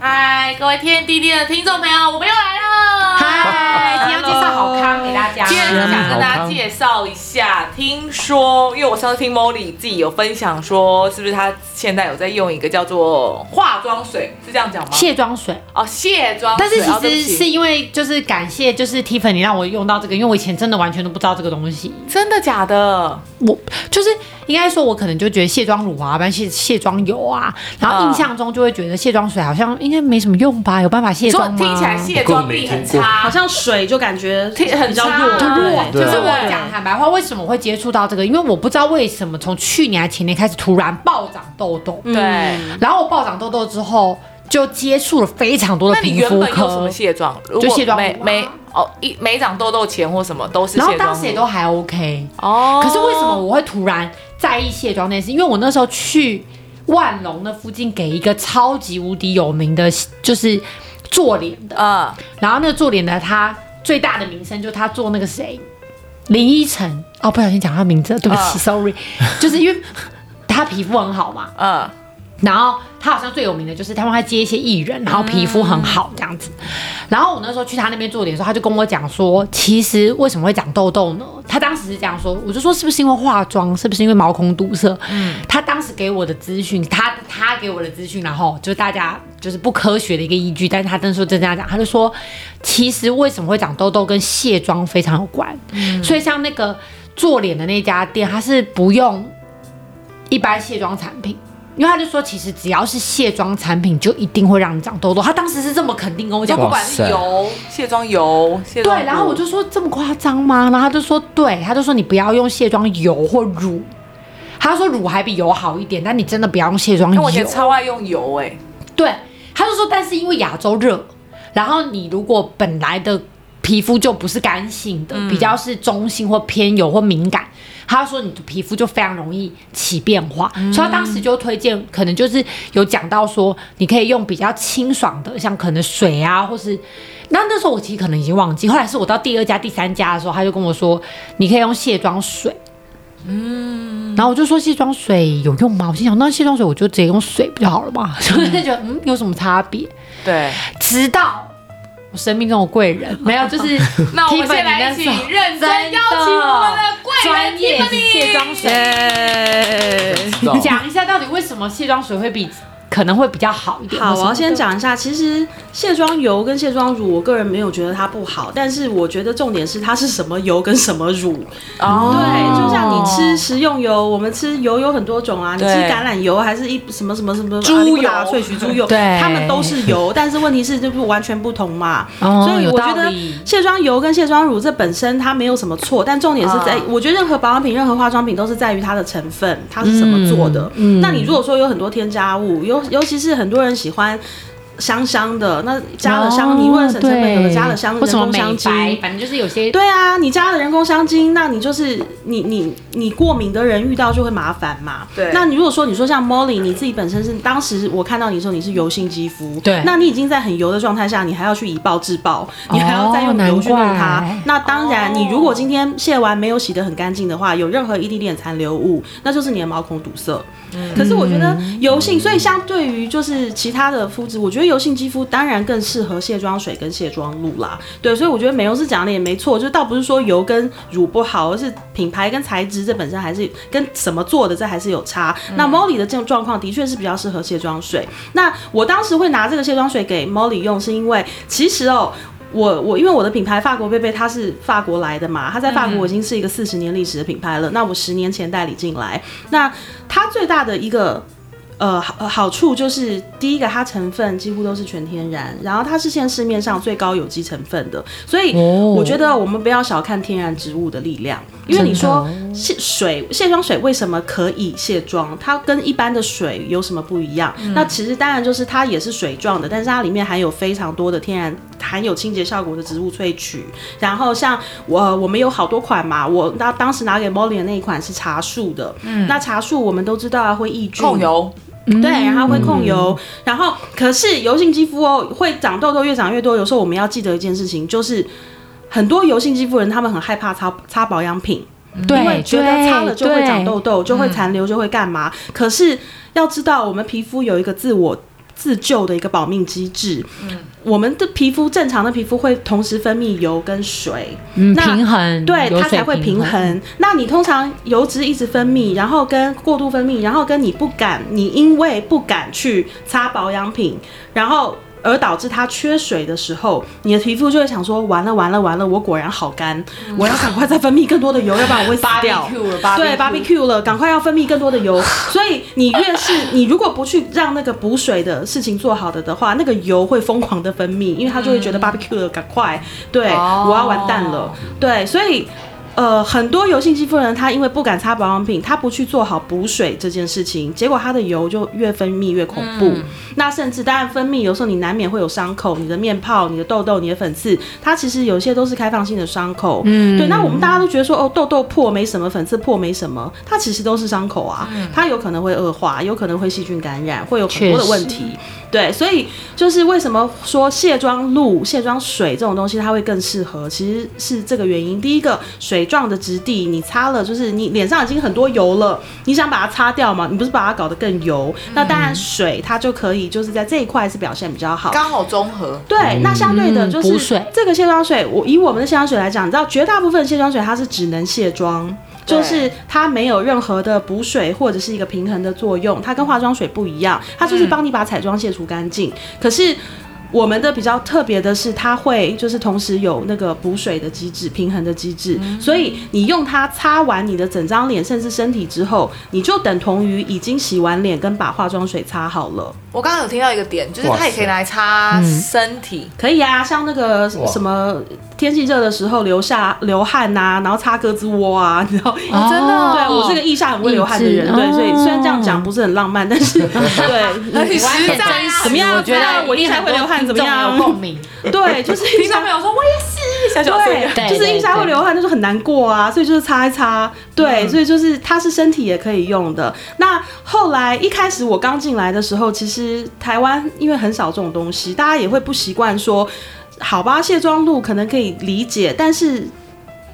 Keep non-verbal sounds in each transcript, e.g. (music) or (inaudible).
嗨，各位天地地的听众朋友，我们又来了！嗨，今天要介绍好康给大家。今天想跟大家介绍一下，听说，因为我上次听 Molly 自己有分享说，是不是她现在有在用一个叫做化妆水，是这样讲吗？卸妆水，哦，卸妆水，但是哦对其不起实是因为就是感谢就是 Tiffany 让我用到这个，因为我以前真的完全都不知道这个东西。真的假的？我就是应该说，我可能就觉得卸妆乳啊，不然卸卸妆油啊，然后印象中就会觉得卸妆水好像应该没什么用吧？有办法卸你说妆吗？听起来卸妆力很差好，像水就感觉听很比较差弱，就弱对啊就是对我讲坦白话，为什么会接触到这个？因为我不知道为什么从去年还前年开始突然暴涨痘痘，对。然后我暴涨痘痘之后就接触了非常多那的你皮原肤本用什科么，卸妆？如就果卸妆没乳啊没哦，一没长痘痘前或什么都是卸然妆后乳。当时也都还 OK。哦，可是为什么我会突然在意卸妆那件事？因为我那时候去万隆那附近给一个超级无敌有名的，就是做脸的，呃，然后那个做脸的他最大的名声就是他做那个谁，林依晨哦，不小心讲他名字了，对不起、嗯 s o r r y 就是因为他皮肤很好嘛，嗯然后他好像最有名的就是他们会接一些艺人，然后皮肤很好这样子。然后我那时候去他那边做脸的时候，他就跟我讲说，其实为什么会长痘痘呢？他当时是这样说，我就说是不是因为化妆，是不是因为毛孔堵塞？嗯，他当时给我的资讯，他他给我的资讯，然后就是大家就是不科学的一个依据，但是他那时候真这样讲，他就说，其实为什么会长痘痘跟卸妆非常有关，所以像那个做脸的那家店，它是不用一般卸妆产品。因为他就说，其实只要是卸妆产品，就一定会让你长痘痘。他当时是这么肯定跟我就讲，不不管管是油、卸妆油、卸妆对，然后乳我就说这么夸张吗？然后他就说对，他就说你不要用卸妆油或乳，他说乳还比油好一点，但你真的不要用卸妆因油哎为我以。前超爱用油哎、对，他就说但是因为亚洲热，然后你如果本来的皮肤就不是干性的，比较是中性或偏油或敏感。他说你的皮肤就非常容易起变化，所以他当时就推荐，可能就是有讲到说，你可以用比较清爽的，像可能水啊，或是那那时候我其实可能已经忘记，后来是我到第二家、第三家的时候，他就跟我说，你可以用卸妆水。嗯，然后我就说卸妆水有用吗？我心想，那卸妆水我就直接用水不就好了嘛？ (laughs) 所以就觉得，嗯，有什么差别？对，直到我生命中的贵人，没有，就是 (laughs) 那我们 Tiffany 先来一起那时候认真邀请我们的贵人专业的卸妆水水。 (laughs) 你讲一下到底为什么卸妆水会比可能会比较好一点？好，或什我么要先的。讲一下，其实卸妆油跟卸妆乳，我个人没有觉得它不好，但是我觉得重点是它是什么油跟什么乳。哦，对，就像你吃食用油，我们吃油有很多种啊，你吃对橄榄油还是一什么什么什啊么猪阿利布达油萃取猪油，对它们都是油，但是问题是就是完全不同嘛。哦所以有我觉道得理卸妆油跟卸妆乳这本身它没有什么错，但重点是在啊，我觉得任何保养品、任何化妆品都是在于它的成分，它是怎么做的。那你如果说有很多添加物，尤尤其是很多人喜欢。香香的，那加了香泥，为了省成本，有的加了香哦或人什么工美香精，白，反正就是有些对啊，你加了人工香精，那你就是你你你过敏的人遇到就会麻烦嘛。对那你如果说你说像 Molly，你自己本身是当时我看到你的时候你是油性肌肤，对那你已经在很油的状态下，你还要去以暴制暴，你还要再用油去弄哦难它怪。那当然，你如果今天卸完没有洗得很干净的哦话，有任何一丁点残留物，那就是你的毛孔堵塞。嗯可是我觉得油性，所以相对于就是其他的肤质，我觉得油性肌肤当然更适合卸妆水跟卸妆露啦。对，所以我觉得美容师讲的也没错，就倒不是说油跟乳不好，而是品牌跟材质这本身还是跟什么做的这还是有差。嗯那 Molly 的这种状况的确是比较适合卸妆水。那我当时会拿这个卸妆水给 Molly 用，是因为其实哦。我我因为我的品牌法国贝贝，它是法国来的嘛，它在法国已经是一个四十年历史的品牌了。那我十年前代理进来，那它最大的一个呃好呃好处就是第一个，它成分几乎都是全天然，然后它是现市面上最高有机成分的，所以哦我觉得我们不要小看天然植物的力量，因为你说哦卸水卸妆水为什么可以卸妆？它跟一般的水有什么不一样？嗯那其实当然就是它也是水状的，但是它里面含有非常多的天然含有清洁效果的植物萃取，然后像我、呃我们有好多款嘛，我那当时拿给 Molly 的那一款是茶树的，嗯，那茶树我们都知道啊会抑菌控油，对，嗯然后会控油，然后可是油性肌肤哦，会长痘痘越长越多。有时候我们要记得一件事情，就是很多油性肌肤人他们很害怕擦擦保养品，嗯因为对，觉得擦了就会长对痘痘，就会残留，就会干嘛？可是要知道，我们皮肤有一个自我。自救的一个保命机制，嗯我们的皮肤正常的皮肤会同时分泌油跟水，嗯，那平衡，对，油它水才会平平。衡。那你通常油脂一直分泌，然后跟过度分泌，然后跟你不敢，你因为不敢去擦保养品，然后。而导致它缺水的时候，你的皮肤就会想说：完了完了完了，我果然好干，我要赶快再分泌更多的油，要不然我会死掉。了对 barbecue 了，赶快要分泌更多的油。所以你越是你如果不去让那个补水的事情做好的的话，那个油会疯狂的分泌，因为它就会觉得 barbecue 了，赶快，对、哦我要完蛋了，对，所以。呃，很多油性肌肤人，他因为不敢擦保养品，他不去做好补水这件事情，结果他的油就越分泌越恐怖。那甚至当然分泌，有时候你难免会有伤口，你的面泡、你的痘痘、你的粉刺，它其实有些都是开放性的伤口。嗯，对。那我们大家都觉得说，哦，痘痘破没什么，粉刺破没什么，它其实都是伤口啊，它有可能会恶化，有可能会细菌感染，会有很多的问题。对，所以就是为什么说卸妆露、卸妆水这种东西它会更适合，其实是这个原因。第一个，水状的质地，你擦了就是你脸上已经很多油了，你想把它擦掉嘛？你不是把它搞得更油？那当然水它就可以，就是在这一块是表现比较好。刚好综合。对，那相对的嗯就补是水这个卸妆水，我以我们的卸妆水来讲，你知道绝大部分卸妆水它是只能卸妆。对就是它没有任何的补水或者是一个平衡的作用，它跟化妆水不一样，它就是帮你把彩妆卸除干净。可是我们的比较特别的是，它会就是同时有那个补水的机制、平衡的机制，所以你用它擦完你的整张脸甚至身体之后，你就等同于已经洗完脸跟把化妆水擦好了。我刚刚有听到一个点，就是哇它也可以拿来擦身体，可以啊，像那个哇什么天气热的时候流下流汗呐、然后擦胳肢窝啊， (laughs) 你知道。哦真的对我是个腋下很会流汗的人，哦对，所以虽然这样讲不是很浪漫，但是对，很实在真啊实怎么样我觉怎么得样我一定才很会多流汗听怎么众样有共鸣。对，就是一听下众朋友说我也是小小声。对对，(laughs) 就是对一下会流汗，就是很难过啊，所以就是擦一擦，对，所以就是它是身体也可以用的。那后来一开始我刚进来的时候，其实台湾因为很少这种东西，大家也会不习惯说，好吧，卸妆露可能可以理解，但是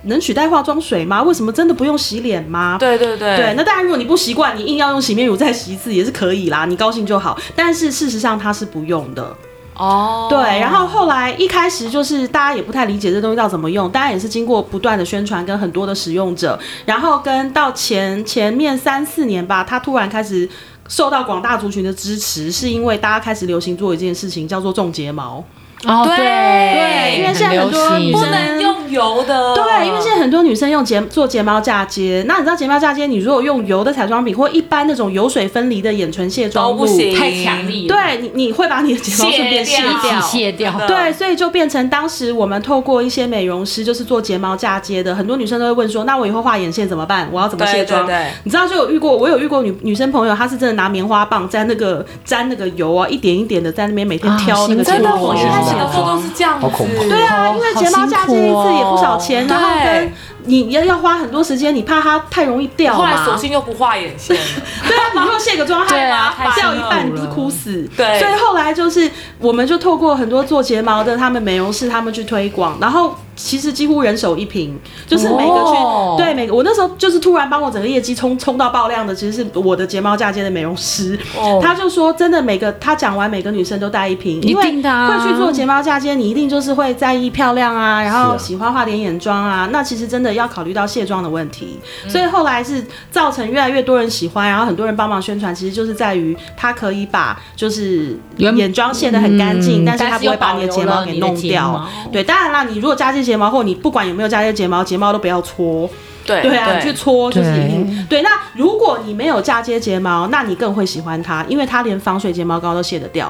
能取代化妆水吗？为什么真的不用洗脸吗？对对对对，那当然，如果你不习惯，你硬要用洗面乳再洗一次也是可以啦，你高兴就好。但是事实上它是不用的，哦，对，然后后来一开始就是大家也不太理解这东西到底怎么用，当然也是经过不断的宣传跟很多的使用者，然后跟到前前面三四年吧，他突然开始受到广大族群的支持，是因为大家开始流行做一件事情叫做种睫毛。哦，对对因为现在很多流行不能用油的，对，因为现在很多女生用睫做睫毛嫁接，那你知道睫毛嫁接，你如果用油的彩妆品或一般那种油水分离的眼唇卸妆都露不行，太强力了，对你你会把你的睫毛顺便卸卸一掉起卸掉。真的对，所以就变成当时我们透过一些美容师，就是做睫毛嫁接的，很多女生都会问说：“那我以后画眼线怎么办？我要怎么对卸妆？”对对你知道就有遇过，我有遇过女女生朋友，她是真的拿棉花棒在那个沾那个油啊，一点一点的在那边每天啊挑那行个睫真的，毛我油一觉开得始的哦时候都是这样子，好恐怖哦对啊，好因为睫毛嫁接一次也不少好辛钱，苦哦然后跟对你要要花很多时间，你怕它太容易啊掉后来索嘛。性又不画眼线了， (laughs) 对啊，你如果卸个妆，对害啊怕太掉一辛苦半，你不了是哭死？对所以后来就是，我们就透过很多做睫毛的他们美容师，他们去推广，然后其实几乎人手一瓶，就是每个去、哦对每个我那时候就是突然帮我整个业绩冲冲到爆量的，其实是我的睫毛嫁接的美容师，哦他就说真的每个他讲完每个女生都带一瓶，因为一定的啊会去做睫毛嫁接，你一定就是会在意漂亮啊，然是后啊喜欢画点眼妆啊，那其实真的要考虑到卸妆的问题，所以后来是造成越来越多人喜欢，然后很多人帮忙宣传，其实就是在于它可以把就是原眼妆卸得很干净，嗯但是它不会把你的睫毛给但是弄又保留了你掉的睫毛。对，当然啦，你如果加这睫毛，或你不管有没有加这睫毛，睫毛都不要搓。对对啊，你去搓就是一对定对。那如果你没有嫁接睫毛，那你更会喜欢它，因为它连防水睫毛膏都卸得掉。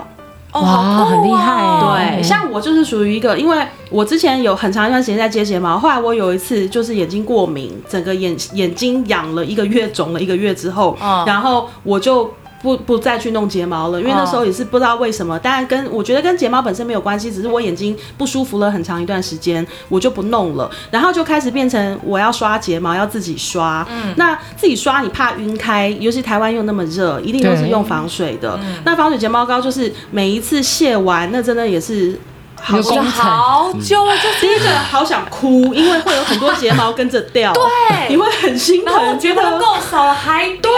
哦，哇好酷很厉害哦耶对，像我就是属于一个，因为我之前有很长一段时间在接睫毛，后来我有一次就是眼睛过敏，整个眼眼睛痒了一个月，肿了一个月之后，嗯然后我就。不不再去弄睫毛了，因为那时候也是不知道为什么，当然跟我觉得跟睫毛本身没有关系，只是我眼睛不舒服了很长一段时间，我就不弄了，然后就开始变成我要刷睫毛要自己刷，嗯，那自己刷你怕晕开，尤其台湾又那么热，一定都是对用防水的，那防水睫毛膏就是每一次卸完，那真的也是好有我工程好久了，就第一个好想哭，因为会有很多睫毛跟着掉，对你会很心然嗯后疼，我觉得够少 (laughs) 了，还对，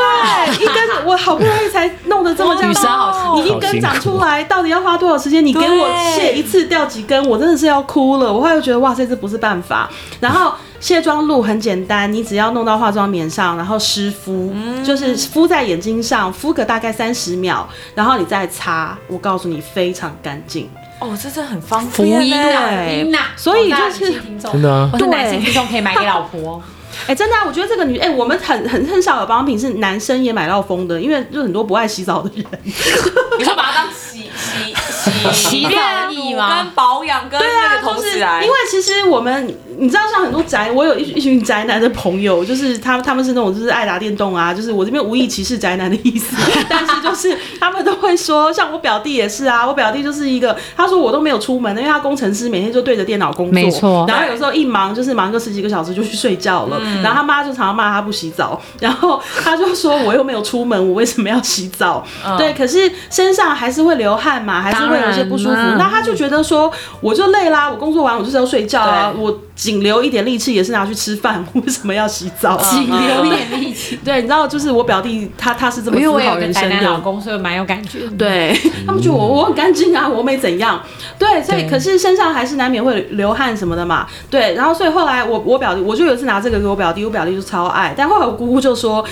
一根我好不容易才弄得这么这样女生好已经根长出来，到底要花多少时间？你给我卸一次掉几根，我真的是要哭了。我后来就觉得哇塞，这不是办法。然后卸妆露很简单，你只要弄到化妆棉上，然后湿敷，就是敷在眼睛上，敷个大概三十秒，然后你再擦。我告诉你，非常干净。哦，这真的很方福便音呐，呢。福音呐，所以就是真真的啊我是男性听众可以买给老婆，哎、真的、啊，我觉得这个女哎、我们很很很少有保养品是男生也买到疯的，因为就很多不爱洗澡的人。你说把它当洗洗洗洗面澡乳液吗跟保养跟那个啊就同是时来，因为其实我们，你知道，像很多宅，我有一一群宅男的朋友，就是他他们是那种就是爱打电动啊，就是我这边无意歧视宅男的意思， (laughs) 但是就是他们都会说，像我表弟也是啊，我表弟就是一个，他说我都没有出门，因为他工程师每天就对着电脑工作，没错然后有时候一忙就是忙个十几个小时就去睡觉了，嗯然后他妈就常常骂他不洗澡，然后他就说我又没有出门，我为什么要洗澡？嗯对，可是身上还是会流汗嘛，还是会有一些不舒服当然，啦啊那他就觉得说，我就累啦，我工作完我就是要睡觉啊，对我仅留一点力气也是拿去吃饭， (laughs) 我为什么要洗澡？啊请 (laughs) 留一点力气。 (laughs) 对，你知道，就是我表弟他他是这么因为思我有考个人宅生男老的。公，所以蛮有感觉。 (laughs) 对他们觉得我我很干净啊，我没怎样。对，所以对可是身上还是难免会流汗什么的嘛。对，然后所以后来我我表弟我就有一次拿这个给我表弟，我表弟就超爱。但后来我姑姑就说：“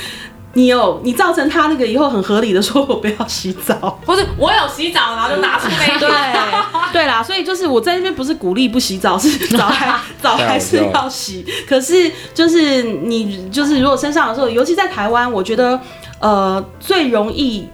你有你造成他那个以后很合理的说我不要洗澡。”或是我有洗澡，然后就拿出那一对个，对啦，所以就是我在那边不是鼓励不洗澡，是澡还澡还是要洗。可是就是你就是如果身上的时候，尤其在台湾，我觉得呃最容易。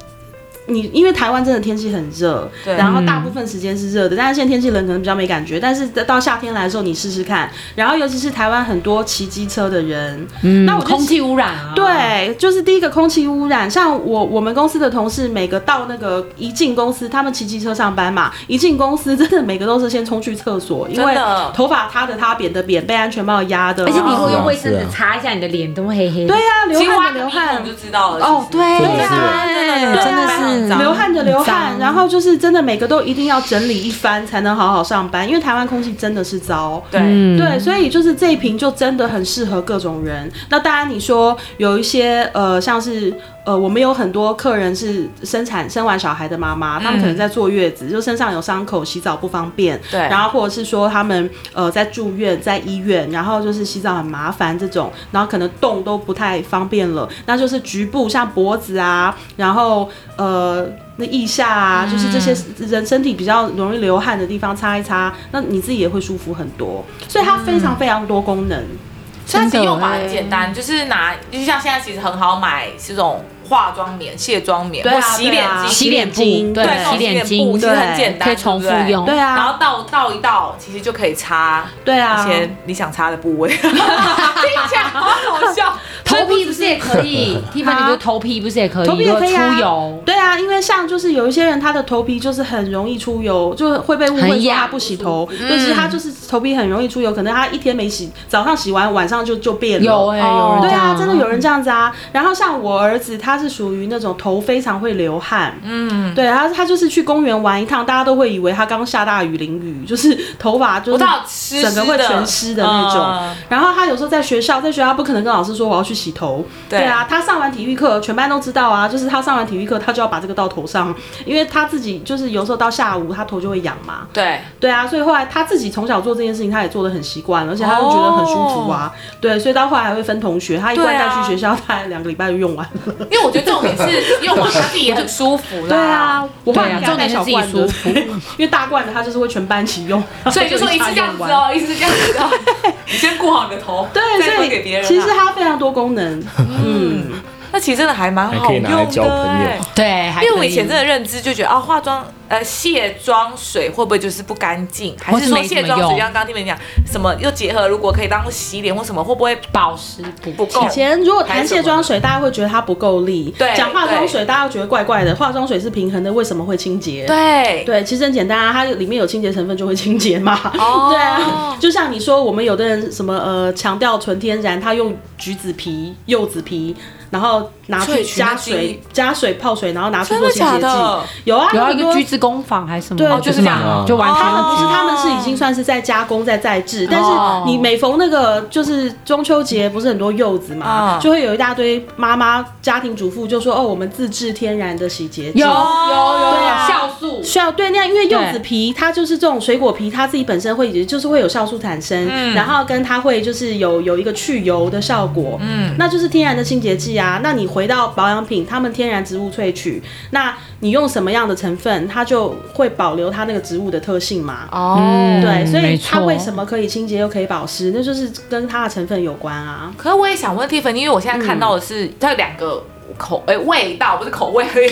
你因为台湾真的天气很热，对然后大部分时间是热的，但是现在天气冷，可能比较没感觉。但是到夏天来的时候，你试试看。然后尤其是台湾很多骑机车的人，那我就空气污染啊，，对，就是第一个空气污染，像我我们公司的同事，每个到那个一进公司，他们骑机车上班嘛，一进公司真的每个都是先冲去厕所，因真啊为的头发塌的塌，扁的扁，被安全帽压的，哦而且你如果用是啊卫生是纸啊擦一下，你的脸都会黑黑的。对呀、流青蛙汗的的流鼻孔汗就。知道了。哦，其实，对真的是呀，真的对真的啊是流汗的流脏汗，然后就是真的每个都一定要整理一番才能好好上班，因为台湾空气真的是糟。对，嗯对，啊所以就是这一瓶就真的很适合各种人。那当然，你说有一些呃，像是呃，我们有很多客人是生产生完小孩的妈妈，他们可能在坐月子，就身上有伤口，洗澡不方便。对然后或者是说他们呃在住院，在医院，然后就是洗澡很麻烦这种，然后可能动都不太方便了，那就是局部像脖子啊，然后呃。那腋下啊，就是这些人身体比较容易流汗的地方擦一擦，那你自己也会舒服很多。所以它非常非常多功能。所以它真其实的用法很欸简单，就是拿，就像现在其实很好买这种化妆棉、卸妆棉对或啊洗脸对啊巾。洗脸洗脸巾，巾对对，，洗脸布巾其实很简单，可以重复对不对用。对然啊，后倒倒一倒，其实就可以擦对一啊，些你想擦的部位。 (laughs) 听起来好好笑，头皮不是也可以？蒂凡尼不是头皮不是也可以？头皮也可以啊出油。对啊，因为像就是有一些人，他的头皮就是很容易出油，就是会被误会很说痒嗯他不洗头，但是他就是头皮很容易出油，可能他一天没洗，早上洗完晚上就就变了。有哎、哦有人对这啊，样真的有人这样子啊。然后像我儿子，他是属于那种头非常会流汗，嗯，对，他他就是去公园玩一趟，大家都会以为他刚下大雨淋雨，就是头发就我是到湿整个会全湿的那种。嗯然后他有时候在学校，在学校不可能跟老师说我要去洗头，对对啊，他上完体育课，全班都知道啊，就是他上完体育课，他就要把把这个到头上，因为他自己就是有时候到下午他头就会痒嘛。对，对啊，所以后来他自己从小做这件事情，他也做的很习惯，而且他就觉得很舒服啊。对，所以到后来还会分同学，他一罐对啊带去学校，他两个礼拜就用完了。因为我觉得重点 (laughs) 是用完他自己也很舒服啦。对啊，，我后对来啊给他带小罐重的点是自， (laughs) 因为大罐的他就是会全班一起用，所以就说一次这样子哦，一次这样子哦， (laughs) 你先顾好你的头，对，再所分以给别人啊。其实它非常多功能，嗯，那其实真的还蛮还好可以用的、拿来交朋友哎对，还因为我可以前真的认知就觉得啊，化妆呃卸妆水会不会就是不干净，还或是是说没什卸么妆水用就像刚刚听你们讲什么又结合，如果可以当洗脸或什么，会不会保湿不不够以？前如果谈卸妆水，大家会觉得它不够力；对讲化妆水，大家会觉得怪怪的。化妆水是平衡的，为什么会清洁？对对，其实很简单啊，它里面有清洁成分就会清洁嘛。哦对啊，就像你说，我们有的人什么呃强调纯天然，他用橘子皮、柚子皮，然后拿去萃取加那橘水、加水泡水，然后拿去真做的清假洁剂的。？有啊，有啊很一多个橘子工坊还是什么？对哦就是这样嘛就完他们不全是，哦他们是已经算是在加工、在再制，但哦是你每逢那个就是中秋节，不是很多柚子嘛，嗯就会有一大堆妈妈家庭主妇就说：“哦，我们自制天然的洗洁剂。”有有有对啊酵素，需要对那样，因为柚对子皮它就是这种水果皮，它自己本身会就是会有酵素产生，嗯然后跟它会就是有有一个去油的效果，嗯，那就是天然的清洁剂啊。那你回到保养品，他们天然植物萃取，那你用什么样的成分，它就会保留它那个植物的特性嘛。哦，嗯对，所以它为么？什么可以清洁又可以保湿，那就是跟它的成分有关啊。可是我也想问 Tiffany，因为我现在看到的是、它有两个口哎、味道，不是口味而已，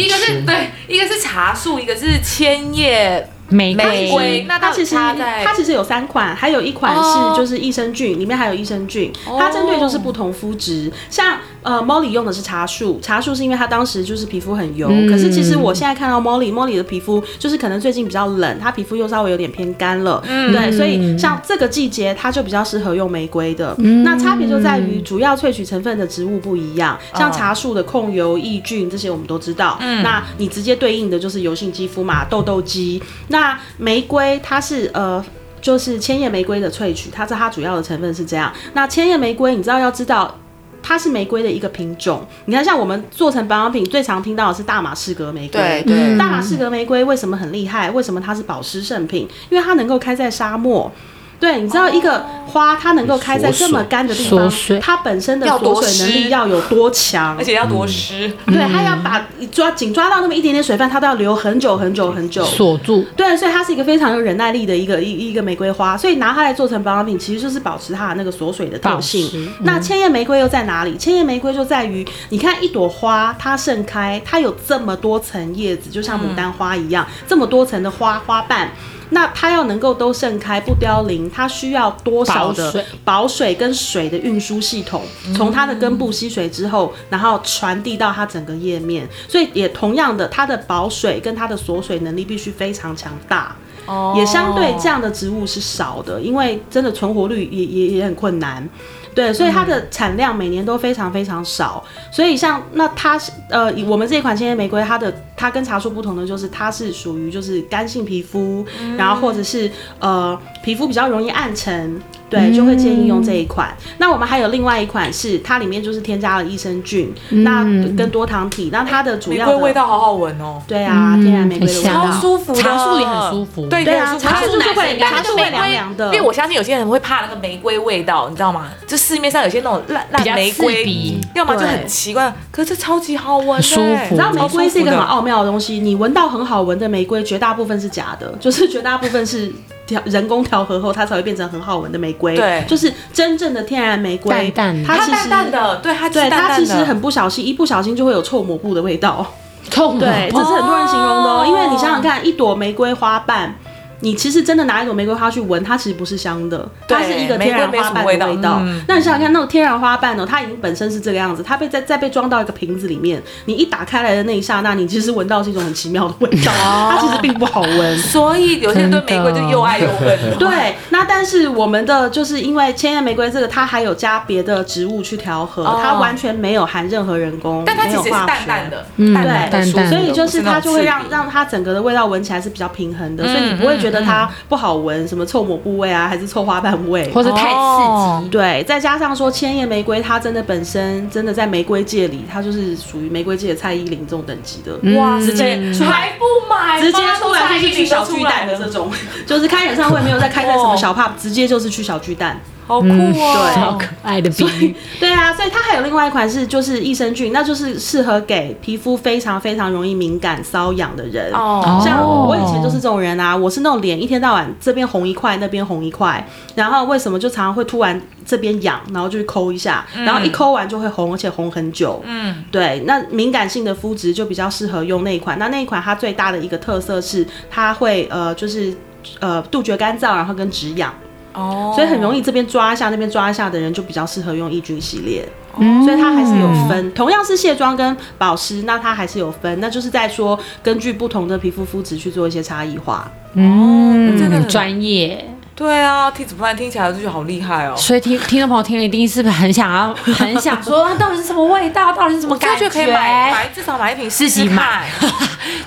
一个是吃对，一个是茶树，一个是千叶玫玫瑰。瑰，那它到底其实差在它其实有三款，还有一款哦是就是益生菌，里面还有益生菌，它针对就是不同肤质。像呃，Molly 用的是茶树，茶树是因为它当时就是皮肤很油，可是其实我现在看到 Molly，Molly 的皮肤就是可能最近比较冷，她皮肤又稍微有点偏干了，对，所以像这个季节它就比较适合用玫瑰的。那差别就在于主要萃取成分的植物不一样，像茶树的控油、抑菌这些我们都知道，那你直接对应的就是油性肌肤嘛，痘痘肌。那玫瑰它是呃。就是千叶玫瑰的萃取，它是它主要的成分是这样。那千叶玫瑰，你知道要知道。它是玫瑰的一个品种，你看，像我们做成保养品最常听到的是大马士革玫瑰。对对、大嗯马士革玫瑰为什么很厉害？为什么它是保湿圣品？因为它能够开在沙漠。对，你知道一个花它能够开在这么干的地锁方水，它本身的哦要多锁水能湿嗯力要有多强？而且要多湿，对，它要把抓紧抓到那么一点点水分，它都要留很久很久很久。锁住，对，所以它是一个非常有忍耐力的一个一一个玫瑰花，所以拿它来做成保养品，其实就是保持它的那个锁水的特保湿性。那千叶玫瑰又在哪里？千叶玫瑰就在于，你看一朵花，它盛开，它有这么多层叶子，就像牡丹花一样，这么多层的花花瓣。那它要能够都盛开不凋零，它需要多少保水嗯的保水跟水的运输系统，从它的根部吸水之后，然后传递到它整个叶面，所以也同样的，它的保水跟它的锁水能力必须非常强大。哦也相对这样的植物是少的，因为真的存活率也也也很困难。对，所以它嗯的产量每年都非常非常少，所以像那它是呃，以我们这一款千叶玫瑰，它的它跟茶树不同的就是它是属于就是干性皮肤，嗯然后或者是呃皮肤比较容易暗沉，对，就会建议用这一款。嗯那我们还有另外一款是它里面就是添加了益生菌，那跟多糖体，那它的嗯主玫要瑰的味道好好闻哦，对啊，天然玫瑰的很味香道超舒服的，茶树也很舒服对对很啊，舒服茶树就会但茶那树个会玫凉瑰凉的，因为我相信有些人会怕那个玫瑰味道，你知道吗？就市面上有些那种烂比烂较玫刺瑰，鼻，要么就对很奇怪，可是这超级好闻、欸，舒服你知道超玫瑰舒服是一个的很奥妙的东西，你闻到很好闻的玫瑰，绝大部分是假的，就是绝大部分是调人工调和后，它才会变成很好闻的玫瑰。对就是真正的天然玫瑰，淡淡的它它其淡实淡的，对它就是对淡淡的它其实很不小心，一不小心就会有臭抹布的味道。痛的对，这是很多人形容的哦哦。因为你想想看，一朵玫瑰花瓣，你其实真的拿一朵玫瑰花去闻，它其实不是香的，对它是一个天然花瓣的玫瑰味没什么味道。道嗯那你想想看，那种天然花瓣呢，哦它已经本身是这个样子，它被再再被装到一个瓶子里面，你一打开来的那一刹那，你其实闻到是一种很奇妙的味 (laughs) 道，哦它其实并不好闻。所以有些人对玫瑰就又爱又恨。对，那但是我们的就是因为千叶玫瑰这个，它还有加别的植物去调和，哦它完全没有含任何人工，但它其没有实也化是淡学淡的，嗯淡淡的对舒服的，所以就是不那它种就会刺让鼻嗯让它整个的味道闻起来是比较平衡的，所以你不会觉觉得它不好闻，什么臭抹布味啊，还是臭花瓣 (laughs) 味。或者太哦刺激。对，再加上说千叶玫瑰，它真的本身真的在玫瑰界里，它就是属于玫瑰界的蔡依林这种等级的。哇嗯直接还不买吗，直接出来就是去小都巨出来蛋的了这种，就是开演唱会没有再开在什么哦小 pub，直接就是去小巨蛋。好酷嗯哦好！可爱的比喻，对啊，所以它还有另外一款是就是益生菌，那就是适合给皮肤非常非常容易敏感瘙痒的人。哦像哦我以前就是这种人啊，我是那种脸一天到晚这边红一块，那边红一块，然后为什么就常常会突然这边痒，然后就去抠一下，然后一抠完就会红，而且红很久。嗯，对，那敏感性的肤质就比较适合用那一款。那那一款它最大的一个特色是，它会呃就是呃杜绝干燥，然后跟止痒，哦所以很容易这边抓一下那边抓一下的人就比较适合用抑菌系列。嗯所以它还是有分。同样是卸妆跟保湿，那它还是有分，那就是在说根据不同的皮肤肤质去做一些差异化。嗯，真的很很专业。对啊，听子不然听起来就觉得好厉害哦。所以听听众朋友听了一定是很想要，很想说啊到底是什么味道，到底是什么我感感觉？觉可以买买，至少买一瓶试自己试看买。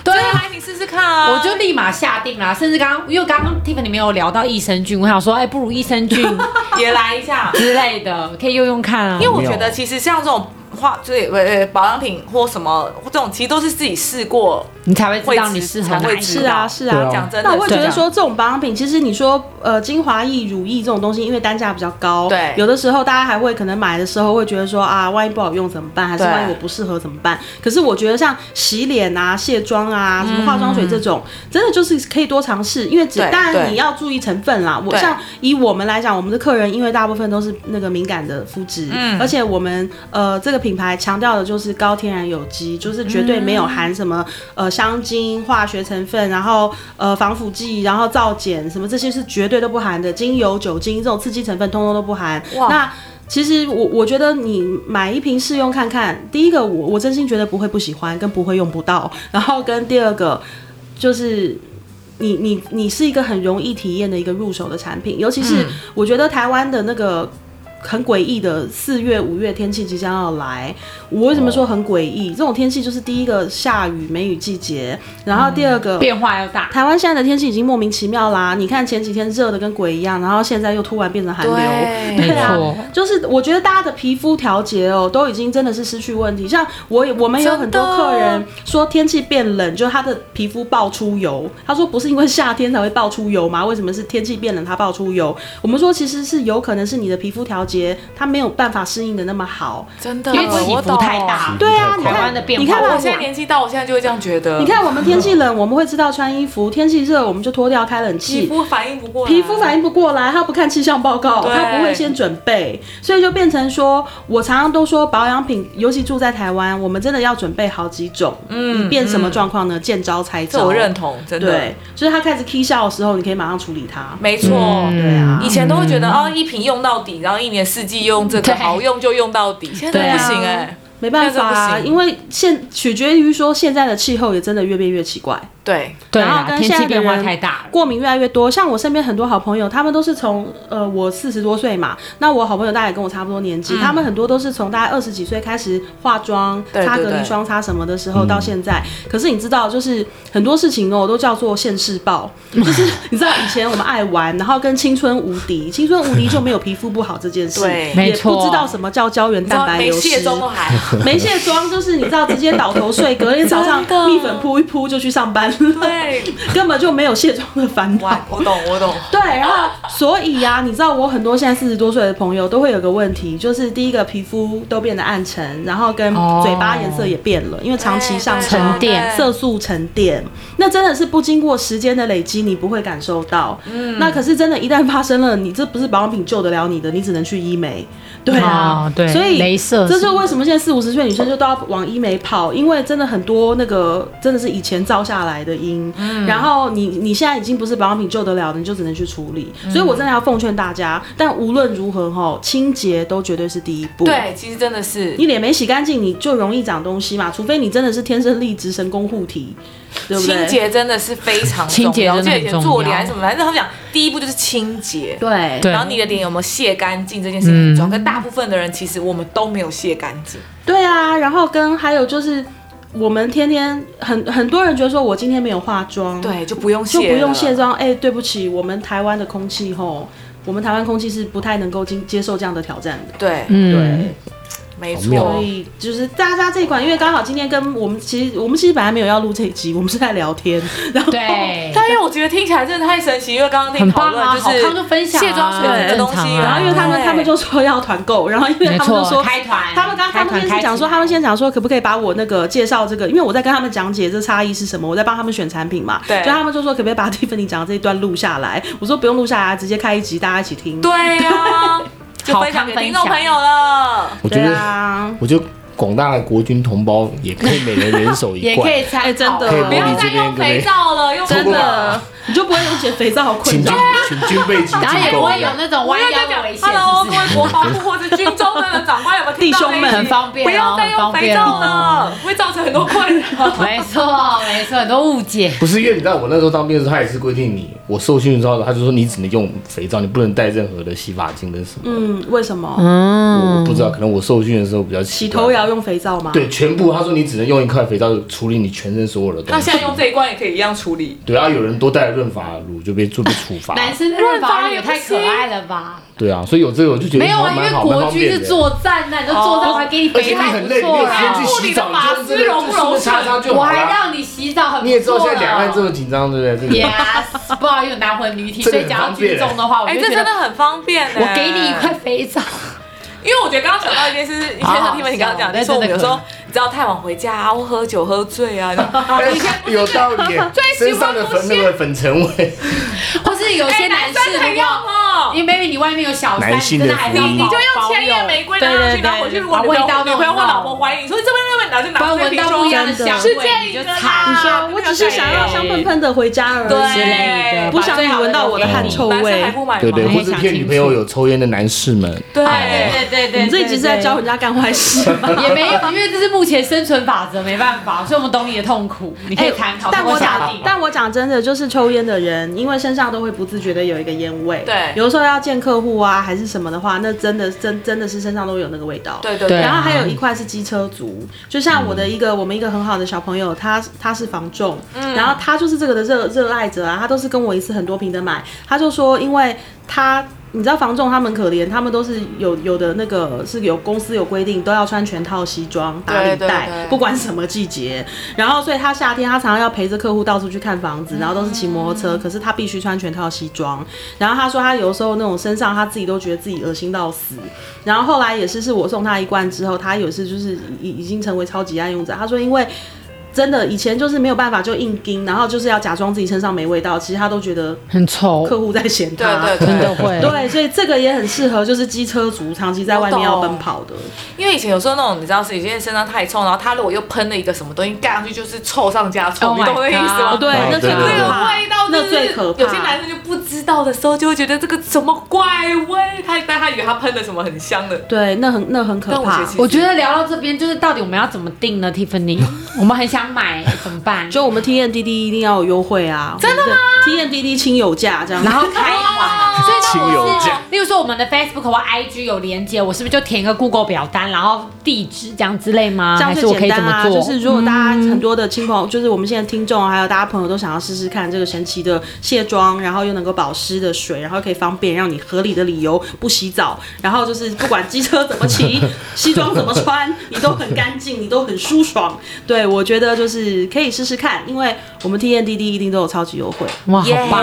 对对啊，啊。买一瓶试试看啊！我就立马下定啦，甚至刚刚因为刚刚 Tiffany 没有聊到益生菌，我想说，哎、不如益生菌也来一下，之类的可以用用看啊。因为我觉得其实像这种化，就是呃呃保养品或什么这种，其实都是自己试过。你才会知道你适合哪会一个。吃知是道啊，是对啊。啊讲真的，那我会是觉得这样说，这种保养品其实你说，呃，精华液、乳液这种东西，因为单价比较高，对有的时候大家还会可能买的时候会觉得说啊，万一不好用怎么办？还是对万一我不适合怎么办？可是我觉得像洗脸啊、卸妆啊、什么化妆水这种，真的就是可以多尝试，因为只嗯对当然对你要注意成分啦。我对像以我们来讲，我们的客人因为大部分都是那个敏感的肤质，嗯而且我们呃这个品牌强调的就是高天然有机，就是绝对没有含什么、呃香精、化学成分，然后呃防腐剂，然后皂碱什么这些是绝对都不含的，精油、酒精这种刺激成分通通都不含。哇那其实我我觉得你买一瓶试用看看，第一个我我真心觉得不会不喜欢，跟不会用不到，然后跟第二个就是你你你是一个很容易体验的一个入手的产品，尤其是我觉得台湾的那个。很诡异的四月、五月天气即将要来，我为什么说很诡异？这种天气就是第一个下雨梅雨季节，然后第二个、变化要大，台湾现在的天气已经莫名其妙啦。你看前几天热的跟鬼一样，然后现在又突然变成寒流，对对啊没错，就是我觉得大家的皮肤调节哦，都已经真的是失去问题。像我也我们有很多真的客人说天气变冷，就他的皮肤爆出油。他说不是因为夏天才会爆出油吗？为什么是天气变冷它爆出油？我们说其实是有可能是你的皮肤调节它没有办法适应的那么好。真的，因为起我伏懂太大。对嗯太啊，你快了看台湾的变化，你看吧我现在年纪大，我现在就会这样觉得。你，看我们天气冷，我们会知道穿衣服；天气热，我们就脱掉开冷气。皮肤反应不过来，皮肤反应不过来，他不看气象报告，对他不会先准备，所以就变成说，我常常都说保养品，尤其住在台湾，我们真的要准备好几种，嗯，以便什么状况呢？见招拆嗯这招。我认。同，真的。对，就是他开始 K 笑的时候，你可以马上处理它。没错，对嗯啊以前都会觉得哦，一瓶用到底，然后一年四季用这对个，好用就用到底。现对在啊不行哎，没办法、那啊，这不行因为现取决于说现在的气候也真的越变越奇怪，对，对然啊后，跟天现气在的变化人太大了。过敏越来越多。像我身边很多好朋友，他们都是从呃我四十多岁嘛，那我好朋友大概也跟我差不多年嗯纪，他们很多都是从大概二十几岁开始化妆、对擦对隔离对嗯霜、擦什么的时候到现在。可是你知道，就是很多事情哦，都叫做现世 (laughs) 报，就是你知道以前我们爱玩，然后跟青春无敌，青春无敌就没有皮肤不好这件事，对没也错不知道什么叫胶原你知道蛋白没流失卸。妆啊都还 (laughs) 好。没卸妆就是你知道直接倒头睡，隔天早上真的蜜粉扑一扑就去上班了。对，根本就没有卸妆的烦恼哇。，我懂，我懂。对，然后所以呀、你知道我很多现在四十多岁的朋友都会有个问题，就是第一个皮肤都变得暗沉，然后跟哦嘴巴颜色也变了，因为长期上对妆沉淀色素沉淀，那真的是不经过时间的累积，你不会感受到。嗯那可是真的，一旦发生了，你这不是保养品救得了你的，你只能去医美。对啊，哦对所以镭射这就是为什么现在四五十岁女生就都要往医美跑，因为真的很多那个真的是以前造下来的因，嗯然后你你现在已经不是保养品救得了的，你就只能去处理。所以我真的要奉劝大家，但无论如何哈，清洁都绝对是第一步。。对，其实真的是你脸没洗干净，你就容易长东西嘛。除非你真的是天生丽质、神功护体，对不对？清洁真的是非常清重洁要。我真记的得很以前重做要脸还是什么，反正他们讲第一步就是清洁。对嗯对然后你的脸有没有卸干净这件事情很重要，可大部分的人其实我们都没有卸干净。对啊，然后跟还有就是。我们天天很很多人觉得说我今天没有化妆，，对，就不用嗯就卸，不用卸。妆。哎、对不起，我们台湾的空气吼，我们台湾空气是不太能够经接受这样的挑战的。对，嗯，没好妙错哦所。以就是大家这一款，因为刚好今天跟我们其实我们其实本来没有要录这一集，我们是在聊天，然后对， (laughs) 但因为我觉得听起来真的太神奇，因为刚刚听很你讨棒论啊，就好是看就分享啊，卸妆水很的正东西常啊然 (laughs) 然后因为他们对他们就说要团购，然后因为没他们错就说开团，他们刚他开们团先开是讲说，启他们先讲说可不可以把我那个介绍这个，因为我在跟他们讲解这差异是什么，我在帮他们选产品嘛，对所以他们就说可不可以把 (laughs) Tiffany 讲的这一段录下来？我说不用录下来，直接开一集大家一起啊听。对呀， (laughs) 就分享给听众朋友了。我觉对得，啊，我觉得广大的国军同胞也可以每人人 (laughs) 手一也可罐，以参哦考哎真的可以不模要拟再这边用各肥位，皂了，用真这个的，你就不会用减肥皂好困请扰军。 (laughs) 请军备请 (laughs) 然后进也不购会有那种我弯又在腰讲的危险， ，Hello，是各不是位国防部或者军中的长官有没有听到这一集弟兄们很方便哦不要再用肥皂了，会造成很多困扰。 (laughs) 没错，没错，很多误解。不是因为你知道我那时候当兵的时候，他也是规定你，我受训之后，他就说你只能用肥皂，你不能带任何的洗发精跟什么。嗯，为什么？嗯我我不知道，可能我受训的时候比较习洗惯头啊也要用肥皂吗？，对，全部他说你只能用一块肥皂处理你全身所有的东西。那现在用这一罐也可以一样处 (laughs) 理，对啊，有人多带了润发乳就被就被处罚。 (laughs) 男生的润发也太可爱了吧？对啊，所以有这个我就觉得没有啊，蛮因为蛮好蛮国方军便的。是作战的，你就作战我还给你哦啊而且肥你皂，很不错啦然后护理的发丝累，你有时间去。洗澡，你就真的就是容不擦擦就好我了还让你洗澡，很不错了啊 (laughs) 你也知道现在两岸这么紧张，对不对？这 (laughs) 个 Yes，不好啊意思，男婚女体，这所个以很讲到方便军中的话，我哎，就这觉真的得很方便呢。我给你一块，肥皂，因为我觉得刚刚想到一件事，一好先好和听们你刚刚讲笑的，啊就是我们有时那候真你知道太晚回家啊，或喝酒喝醉 (laughs) 啊，然后有道理耶， (laughs) 最身喜欢上的粉那个粉尘味，或是有些男士哎很如要果，哦。因为 maybe 你外面有小三，男性的真的还是要福利保你就用千叶玫瑰拿上去，对对对然后回去如果把女朋友味道女弄朋友或到老婆怀疑你说这边那边拿就拿保有，不然闻这瓶到不装一样的真香的是味，这样一你就个啦擦你啊说我只是想要香喷喷的回家而已，之类的，对不想你闻到我的汗臭男生还味。不买吗？对对，我或也者想骗女朋友有抽烟的男士们，哦对对对对，你这一集是在教人家干坏事吗？也没有，因为这是目前生存法则，没办法，所以我们懂你的痛苦，你可以参考，哎但通过我下讲定，。但我讲真的，就是抽烟的人，因为身上都会不自觉的有一个烟味。对有的时候要见客户啊，还是什么的话，那真的真真的是身上都有那个味道。。对对对对啊然后还有一块是机车族，就像我的一个、我们一个很好的小朋友，他他是房仲，然后他就是这个的热热爱者啊，他都是跟我一次很多瓶的买，他就说因为他。你知道房仲他们可怜，他们都是有有的那个是有公司有规定，都要穿全套西装打领对对带对，不管什么季节。然后，所以他夏天他常常要陪着客户到处去看房嗯子，然后都是骑摩托车，可是他必须穿全套西装。然后他说他有时候那种身上他自己都觉得自己恶心到死。然后后来也是是我送他一罐之后，他有一次就是已已经成为超级爱用者。他说因为真的以前就是没有办法就硬盯，然后就是要假装自己身上没味道，其实他都觉得很臭客户在嫌他。对对对，会对所以这个也很适合就是机车族长期在外面要奔跑的。因为以前有时候那种你知道是有些人身上太臭，然后他如果又喷了一个什么东西盖上去，就是臭上加臭， Oh 你懂我的 my 意思 god 吗？对，哦那最对可对那个怕。味道那最可怕有些男生就不知道的时候，就会觉得这个什么怪味，他但他以为他喷了什么很香的，对，那很那很可但我觉怕得。其实我觉得聊到这边，就是到底我们要怎么定呢，Tiffany？我们很想买，怎么办？就我们 T N D D 一定要有优惠啊！真的吗？T N D D 亲友价这 (laughs) 样，然后开哦团，所以亲那友我是价，例如说我们的 Facebook 或 IG 有连接，我是不是就填一个 Google 表单，然后地址这样之类吗？这样还是我最可以简怎单么啊！做？嗯就是如果大家很多的亲朋友，就是我们现在听众还有大家朋友都想要试试看这个神奇的卸妆，然后又能够保湿的水，然后可以方便让你合理的理由不洗澡，然后就是不管机车怎么 (laughs) 骑，西装怎么穿，你都很干净，你都很舒爽。对我觉得就是可以试试看，因为我们 T N D D 一定都有超级优惠。哇，好棒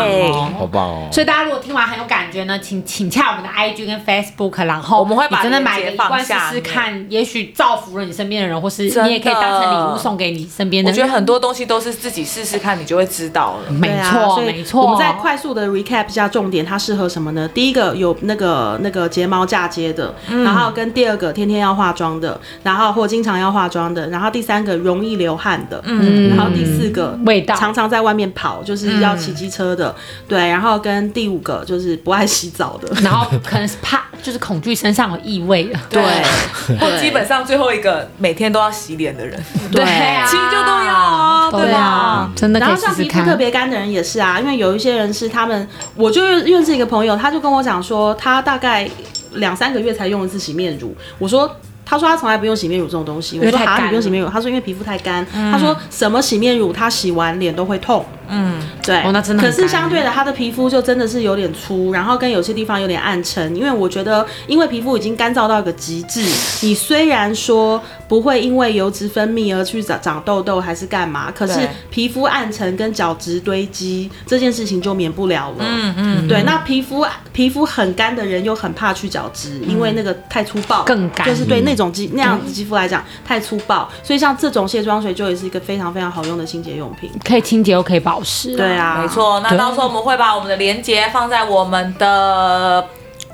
好哦！棒哦！所以大家如果听完很有感觉呢，请请洽我们的 IG 跟 Facebook，然后我们会把你真的买链个接一罐放试下试看，也许造福了你身边的人，或是真的你也可以当成礼物送给你身边的我人。觉得很多东西都是自己试试看，你就会知道了。没对啊错，所以没错。我们再快速的 recap 一下重点，它适合什么呢？第一个有那个那个睫毛嫁接的，嗯然后跟第二个天天要化妆的，然后或经常要化妆的，然后第三个容易流汗的，嗯，然后第四个味道嗯常常在外面跑，就是要骑机车的，对，然后跟第五个就是不爱洗澡的，然后可能是怕，就是恐惧身上有异味了。 (laughs) 对，或哦基本上最后一个每天都要洗脸的人，对啊，其实就都要啊，对对吧？啊，真的然可以后试像试皮肤特看。别干的人也是啊，因为有一些人是他们，我就认识一个朋友，他就跟我讲说，他大概两三个月才用一次洗面乳。我说。他说他从来不用洗面乳这种东西。为我说太啊，干你不用洗了嗯面乳？他说因为皮肤太干。他说什么洗面乳，他洗完脸都会痛。嗯，对，哦那真的很可是干相对的，他的皮肤就真的是有点粗，然后跟有些地方有点暗沉，因为我觉得，因为皮肤已经干燥到一个极致，你虽然说不会因为油脂分泌而去长长痘痘还是干嘛，可是对皮肤暗沉跟角质堆积这件事情就免不了了。嗯嗯，对，那皮肤皮肤很干的人又很怕去角质，因为那个太粗暴，更干嗯就是对那种肌那样子肌肤来讲太粗暴，所以像这种卸妆水就也是一个非常非常好用的清洁用品。可以清洁又可以保湿。对，啊，没错，那对到时候我们会把我们的链接放在我们的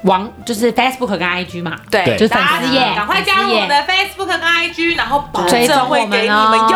网就是 Facebook 跟 IG 嘛，对对就是粉大家丝页，赶快加入我们的 Facebook 跟 IG，然后保追踪证我会们给你哦们优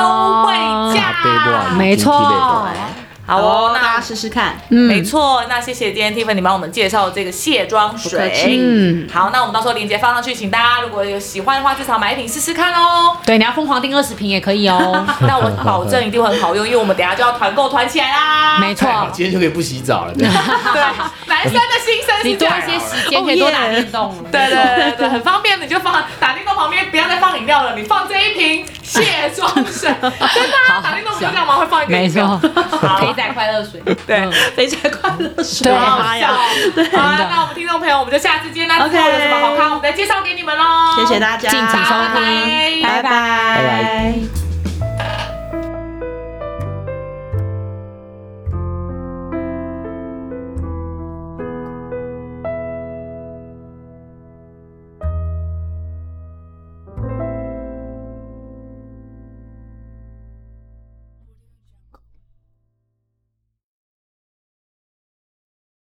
惠价啊。对不啊没错已经积累的好哦，大家那试试看。嗯没错，那谢谢今天 Tiffany 帮我们介绍这个卸妆不客水气。嗯，好，那我们到时候链接放上去，请大家如果有喜欢的话，至少买一瓶试试看 (laughs) 哦。对，你要疯狂订二十瓶也可以哦。那我保证一定会很好用，因为我们等一下就要团购团起来啦。没错太，哎好，今天就可以不洗澡 (laughs) 了。对，男生的心声你是这多样一些时间可以多打电动。对对对对对，很方便，你就放打电动旁边，不要再放饮料了，你放这一瓶卸妆水， (laughs) 真的啊、打电动不是这样吗？会放一个没饮错料，可以载快乐水。对嗯，肥宅快乐水，对啊好妈好笑呀！哦。好真 (laughs) 啊的，那我们听众朋友，我们就下次见啦。之后有什么好看，我们再介绍给你们喽。谢谢大家，敬请收拜听拜。拜拜拜拜